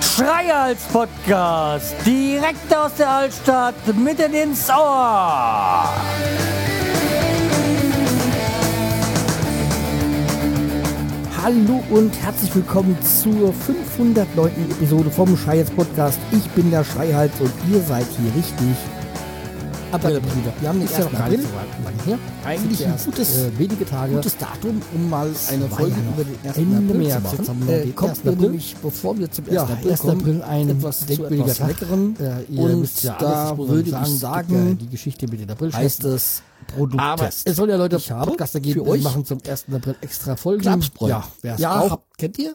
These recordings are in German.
Schreihals Podcast, direkt aus der Altstadt, mitten ins Ohr. Hallo und herzlich willkommen zur 509. Episode vom Schreihals Podcast. Ich bin der Schreihals und ihr seid hier richtig. April, Wir haben den Ist ja 1. noch gar nicht April. so weit- lang her. Eigentlich ein Erst, gutes, äh, wenige Tage. gutes Datum, um mal eine war Folge ja noch über den 1. Ende April März. zu machen. Äh, Jetzt haben wir den kommt 1. mir April. nämlich, bevor wir zum 1. Ja, April 1. kommen, April ein etwas zu denkwürdiger etwas Tag. Leckerem. Äh, ihr und wisst ja alles, da ich muss würde sagen, ich es gibt sagen, ja die Geschichte mit den April heißt es Aber Produkttest. es soll ja Leute Ich habe Podcaster für geben, euch die machen zum 1. April extra Folgen. Klapsbräu. Ja, wer es Ja, braucht, habt- kennt ihr?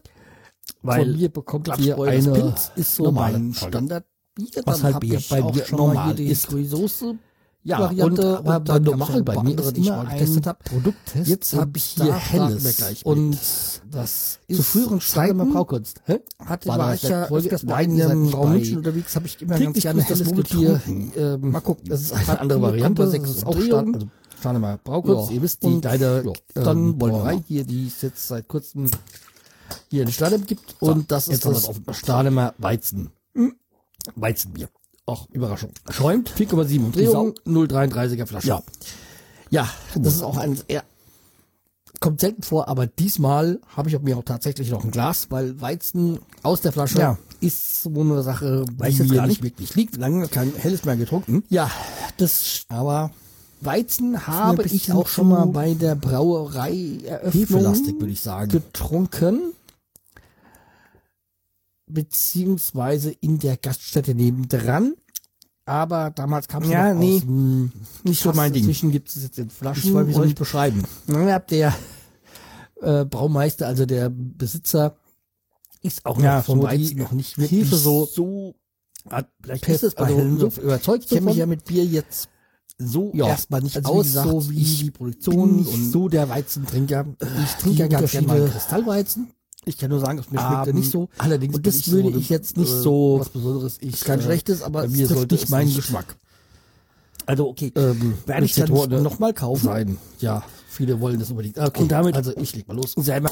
von mir bekommt ihr Klapsbräu, das eine Pilz ist so normale mein Folge. Standardbier. Was Dann halt hab Bier ich bei auch mir schon normal mal hier die ist. Soße. Ja, Variante und, aber und dann gab's normal ja bei noch mir andere, ist die ich immer mal ein getestet hab. Produkttest. Jetzt und habe ich hier da starten wir Helles. gleich Und mit. zu das ist früheren Zeit Zeiten im Braukunst. Hä? hatte War war da ich der ja Folge- öfters mal Nein, in ihr seid dem nicht Raum bei München unterwegs, habe ich immer ganz Täglich gerne grüßt das Helles Murmeltier. getrunken. Ähm, Mal gucken, Das ist eine andere Variante. Andere das ist auch Umdrehung. stark. Also, Schauen wir mal, Braukunst, Ja, ihr wisst, die und kleine ja, ähm, dann wollen wir Brauerei mal. hier, die es jetzt seit kurzem hier in Stadelm gibt. So, und das jetzt ist haben wir's das offen. Stadelemer Weizen. Weizenbier. Auch Überraschung. Hm. Schäumt. 4,7 Umdrehung, 0,33er Flasche. Ja. Ja, das ist auch ein, eher, kommt selten vor, aber diesmal habe ich mir auch tatsächlich noch ein Glas, weil Weizen aus der Flasche Ja. ist so eine Sache, Weiß jetzt mir gar nicht wirklich Liegt lange kein Helles mehr getrunken. Ja, das, hm? aber Weizen habe ich bisschen auch schon mal zu bei der Brauerei Hefelastig, Eröffnung würde ich sagen. getrunken. Beziehungsweise in der Gaststätte nebendran. Aber damals kam es Ja, noch nee. aus dem Nicht so mein Ding. Inzwischen gibt es jetzt in Flaschen. Ich weiß, wie soll ich beschreiben? Dann habt ihr äh, Braumeister, also der Besitzer, ist auch Ja, noch vom so die Weizen noch nicht wirklich Hefe so, vielleicht also ist es bei Hellen so. überzeugt Ich kenn mich ja mit Bier jetzt so ja, erstmal nicht also aus, wie gesagt, so wie ich die bin Produktion nicht und so der Weizentrinker. Ich trinke ja die ganz gerne mal Unterschiede. Kristallweizen. Ich kann nur sagen, es mir aber schmeckt nicht so. Ähm, Allerdings Und bin das so würde eine- ich jetzt nicht äh, so- was Besonderes. Ich äh, Ist kein schlechtes, aber bei es mir trifft sollte nicht es meinen nicht Geschmack. Also okay, Ähm, werde ich dann Rezeptoren- nochmal kaufen. sein. Ja, viele wollen das unbedingt. Okay, Und damit- also ich leg mal los. Selber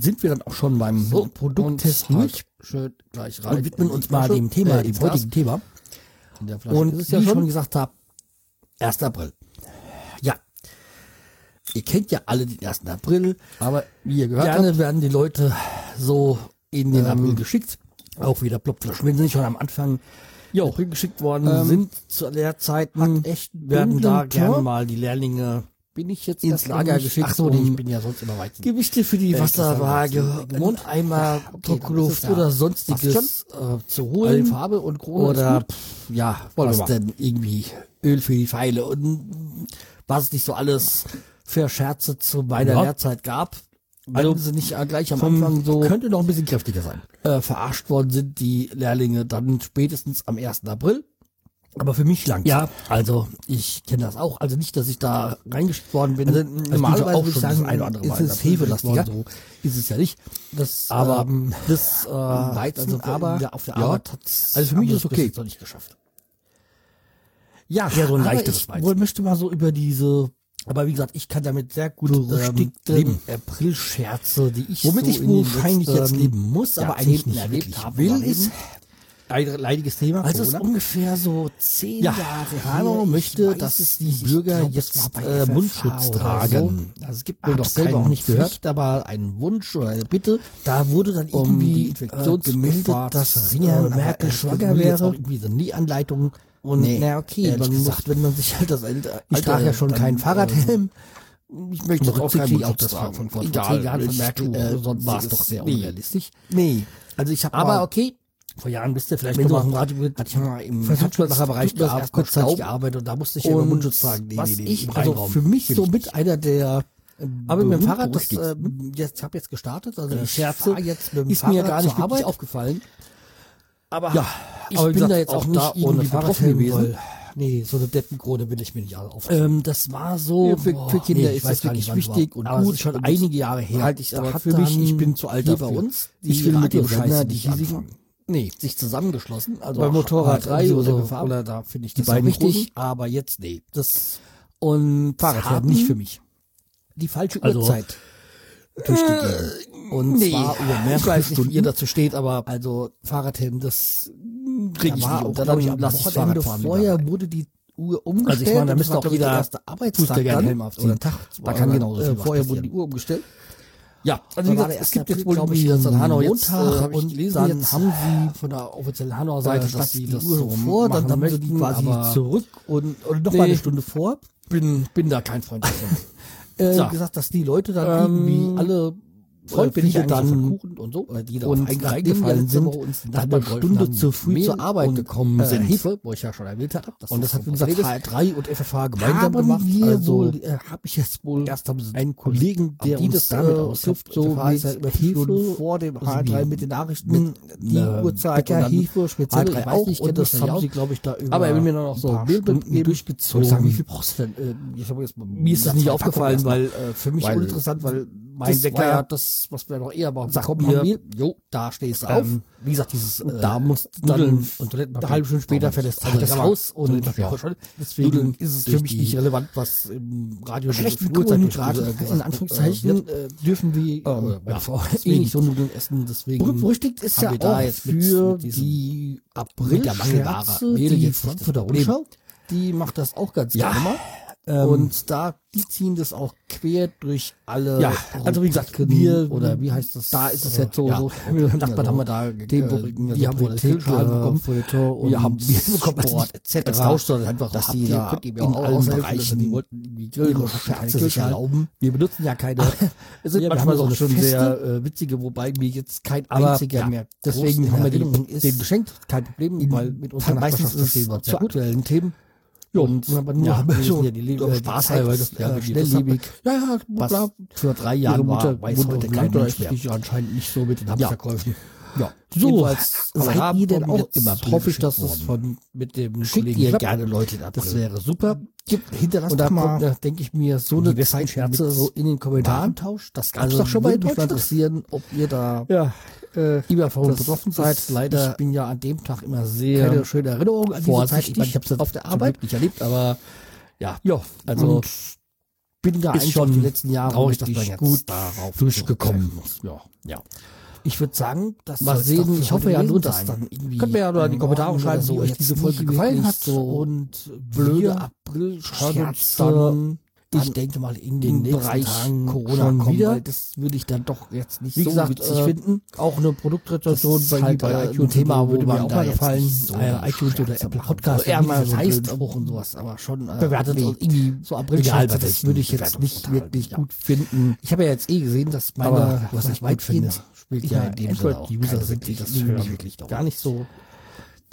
Sind wir dann auch schon beim So, Produkttest Mhm. Produkttest durch? durch. Schön gleich und widmen in die uns mal Flasche. dem Thema, Äh, dem ins Glas. heutigen Thema. In der Flasche Und ist wie es ja ich schon schon gesagt habe, 1. April. Ja. Ihr kennt ja alle den 1. April, aber wie ihr gehört Gerne habt, werden die Leute so in den Ähm, April geschickt. Auch wieder Plopflaschen. Wenn sie nicht schon am Anfang Jo. April geschickt worden Ähm, hm, sind zu der Zeit, hat echt werden da gerne mal mal die Lehrlinge bin ich jetzt ins ins Lager Lager geschickt. geschickt, Ach so, um- nee, ich bin ja sonst immer weit. Gewichte für die Äh, Wasserwaage, Wasserwaage, und Eimer, okay, Druckluft das ist ja oder fast sonstiges äh, zu holen. Farbe und Krone oder ist gut. pff, ja, Wollen was wir mal. denn irgendwie Öl für die Pfeile und was nicht so alles für Scherze zu meiner Ja. Lehrzeit gab, wenn Also sie nicht äh, gleich am vom- Anfang so könnte noch ein bisschen kräftiger sein. äh, verarscht worden sind, die Lehrlinge dann spätestens am 1. April. Aber für mich lang. Ja, also ich kenne das auch. Also nicht, dass ich da reingeschickt worden bin. Also, normalerweise auch würde ich schon das sagen, ein oder andere ist Mal es hefelastiger. so. Ist es ja nicht. Das, Aber ähm, das äh, Weizen, also, aber- ja, auf der ja. Arbeit hat's- also für mich haben wir ist es bis okay. jetzt noch nicht geschafft. Ja, Eher so ein aber leichteres ich Weizen. wohl möchte mal so über diese, aber wie gesagt, ich kann damit sehr gut Berüchtigte ähm, April-Scherze, die ich Womit so ich in den wahrscheinlich jetzt letzten leben muss, aber eigentlich Jahrzehnten nicht erlebt wirklich habe, will, aber ist leben. ein leidiges Thema. Also es ist Corona. ungefähr so zehn Ja, Jahre Hanau her. Ich möchte, weiß dass es die nicht. Ich Bürger glaub, es war jetzt bei äh, FFH Mundschutz oder tragen. so. Also es gibt Hab's mir doch selber auch nicht gehört. gehört, aber einen Wunsch oder eine Bitte, Da wurde dann um irgendwie die äh, gemeldet, Infektionsgefahr zu dass verringern, äh, aber Merkel es schwanger wurde jetzt wäre. auch irgendwie so nie Anleitung. Und na okay, ehrlich man gesagt, muss, wenn man sich halt das Alter, ich trage ja schon keinen Fahrradhelm. ich möchte Im jetzt auch Rückblick keinen kriege ich äh, auch Mundschutz das tragen. von vor Egal, zehn Jahren von ich Merkel, tue, äh, sonst war es sonstiges. doch sehr Nee. unrealistisch. Nee, Also ich habe aber mal- okay. vor Jahren bist du vielleicht Wenn noch du mal auf im dem Radio Radio- hatte ich mal im Versuchsplatz- Versuchsplatz- Versuchsbereich gearbeitet, Versuchsplatz- kurzzeitig gearbeitet und da musste ich ja Und immer Mundschutz tragen. was ich- im also Reinraum. Äh, für mich Will so ich mit nicht. einer der aber mit dem Fahrrad, das, berüchtigsten. äh, jetzt habe jetzt gestartet, also Äh, ich Scherze fahr jetzt mit dem ist Fahrrad mir gar nicht zur Arbeit. wirklich aufgefallen. Aber Ja, ich aber wie bin da gesagt, jetzt auch, auch nicht da irgendwie ohne betroffen Fahrradhelm, gewesen. weil- nee, so eine Deppenkrone will ich mir nicht alle auf. Ähm, das war so für, für Kinder ist das wirklich wichtig und gut. Ah, schon einige Jahre her. Halt ich Da aber hat für mich, dann ich bin zu alt hier dafür. bei uns. Ich die will mit dem Radiosender, Scheiß die nicht hiesigen- anfangen. Nee, sich zusammengeschlossen. Also Bei Motorrad 3 oder, Gefahr. oder da finde ich die das auch beiden richtig. großen, aber jetzt nee. Das Und Fahrradfahren haben- nicht für mich. die falsche Also, äh, Uhrzeit durchgegeben. Und nee, zwar über ich mehrere weiß nicht, Stunden. wie ihr dazu steht, aber also Fahrradhelm, das da kriege ich war nicht. auch, Und dann glaub habe ich, ich am lass ich Wochenende Fahrrad fahren wieder. vorher wurde die Uhr umgestellt. Also meine, da und das müsste war, auch glaub ich, jeder der erste Arbeitstag Fußgänger einen dann, Helm aufziehen. oder ein Tag, Da kann genauso viel äh, was Vorher passieren. wurde die Uhr umgestellt. Ja, also wie Da war gesagt, der es 1. gibt jetzt April, wohl glaub irgendwie ich, das an ein Hanau jetzt, äh, Montag, hab hab ich ich gelesen, dann jetzt, haben sie von der offiziellen Hanauer Seite, äh, dass dass sie die das Uhr so vor, dann machen haben sie die möchten, quasi aber zurück und oder noch mal Nee. eine Stunde vor. bin, bin da kein Freund davon. Äh, So. gesagt, dass die Leute dann Ähm, irgendwie alle Freund bin ich viele eigentlich auf dann Kuchen und so, weil die da und auf einen nachdem wir reingefallen letzte sind, Woche uns die dann eine Nachbarn Stunde geholfen zu haben, früh zur Mehl Arbeit und, gekommen äh, sind. Hefe, wo ich ja schon erwählt habe. Das Und und das das hat, hat wie uns gesagt, HR3 und FFH gemeinsam haben gemacht. wir also wohl, äh, habe ich jetzt wohl erst haben sie einen Kollegen, am der uns Dienstag damit damit äh, ausgesucht. hilft, so FFH mit ist halt immer Hefe Stunden vor dem Also H3 die- mit den Nachrichten, die ne, Uhrzeit Bäcker, und dann Hefe, Spezielle, H3 ich weiß auch nicht, ich und kenn das das ja haben auch. sie, glaube ich, da über Aber er will mir dann auch ein so paar Mehl Stunden mitgeben. durchgezogen. Wo ich sage, wie viel brauchst du denn? Äh, ich hab jetzt mal Mir ist es nicht zwei Packungen aufgefallen, erstmal. weil äh, für mich Weil uninteressant, weil mein das war ja Wecker das, was wir noch eher machen. Sag, Komm, komm, hier, hier. jo, da stehst du auf. Ähm, Wie gesagt, dieses und äh, da musst du Nudeln dann und Toilettenpapier. eine halbe Stunde später verlässt also das Haus und ja. deswegen Nudeln ist es für durch mich die nicht relevant, was im Radio schlechten für Uhrzeiten Kohlenhydrate, also, gesagt Also, wird. in Anführungszeichen, äh, dürfen die Ähm, äh, ja, eh deswegen. nicht so Nudeln essen, deswegen Berüchtigt ist haben ja wir da auch jetzt mit- für mit diesem- die mit der April-Scherze, Mangelware. Mehl die jetzt nicht das Frankfurter Problem. Rundschau, die macht das auch ganz Ja, gerne mal. ähm, und da, die ziehen das auch quer durch alle Ja, also wie gesagt, Rubriken wir- oder wie heißt das? da ist es jetzt so- Ja, so- wir haben Nachbarn Nachbarn haben wir da Themenrubriken, äh, also die haben wir Politik, Filmschalen äh, bekommen, Feuilleton wir und haben Bier bekommen, Sport, Sport, etc. etc. Das tauscht dann einfach, Dass dass die die da könnt ihr mir in auch allen aushelfen, dass Bereichen die wollten die Grill- ihre keine Scherze sich Grillschalen. erlauben. Wir benutzen ja keine. Es sind wir manchmal haben auch so schon feste- sehr äh, witzige, wobei mir jetzt kein Aber, einziger ja, mehr. deswegen Deswegen haben haben wir wir die- den den geschenkt, kein Problem, weil mit unserer Nachbarschaft verstehen wir uns zu sehr gut. aktuellen Themen. Ja, und aber nur ja, haben wir so, schon ja die Lebe äh, Spaß die Zeit halber, ist, ja, äh, wenn die schnelllebig. das hat- Ja, ja, Was bla, für drei ihre Jahre Mutter war, weiß wusste heute heute kein kein Mensch Mensch mehr. Ich anscheinend nicht so mit den Hamsterkäufen. Ja. So, So, seid ihr denn auch immer hoffe ich, geschickt dass es worden? von mit dem Schickt Kollegen ihr klappt. gerne Leute in April. Das wäre super. Gib- hinterlasst Und da doch mal kommt, da denke ich mir, so die eine besten Scherze Zeitscherze so in den Kommentaren tauscht. Das gab's Also doch schon mal in würde mich mal Deutschland. interessieren, ob ihr da Ja, äh, lieber von das betroffen ist seid. leider ich bin ja an dem Tag immer sehr keine schöne Erinnerung an diese Zeit. vorsichtig. Ich, meine, ich habe es auf der Arbeit nicht erlebt, aber ja, Ja, also und bin da ist eigentlich schon schon die letzten Jahre traurig, dass man richtig jetzt gut darauf durchgekommen zurückgreifen ist. Ja, ja. ich würde sagen, das Mal soll's doch sehen, für ich hoffe heute ja nur, gewesen dass sein. dann irgendwie. ähm, Könnt mir ja nur in die Kommentare morgen oder schreiben, wie so, euch jetzt diese nicht Folge gefallen wirklich hat So und und wir blöde April-Scherze. Scherze Ich dann denke mal in im den nächsten Bereich Tagen Corona schon kommen, wieder. weil das würde ich dann doch jetzt nicht Wie so gesagt, witzig äh, finden. Auch eine Produktrezension Das bei, ist halt, halt äh, bei ein iTunes Thema, Thema, wo würde man mir auch da mal jetzt gefallen. nicht so Äh, einen iTunes oder Scherz Apple machen Podcast, soll. ja, Eher mal das so heißt blöd. auch und sowas, aber schon äh, Bewertet nee, uns irgendwie so egal, April-Scherze, bei das welchen würde ich jetzt Bewertungen nicht total, wirklich ja. gut finden. Ich habe ja jetzt eh gesehen, dass meine, Aber was ich gut finde, weitgehend spielt ja ja in dem Sinne auch Android-User keine sind, die das wirklich- hören, irgendwie wirklich gar nicht so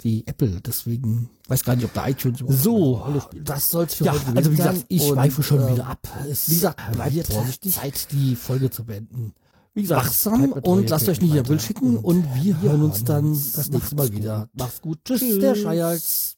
wie Apple. Deswegen weiß gar nicht, ob da iTunes überhaupt eine Rolle So, spielt. das soll's für Ja, heute also wie gewesen gesagt, sein. ich Und, schweife schon ähm, wieder ab. Es wie gesagt, bleibt wird vorsichtig. Zeit, die Folge zu beenden. Wie gesagt, Wachsam bleibt mit und Loyalität lasst euch nicht weiter. April schicken und wir hören uns dann das nächste Mal gut. wieder. Macht's gut. Tschüss, Tschüss, der Scheiß.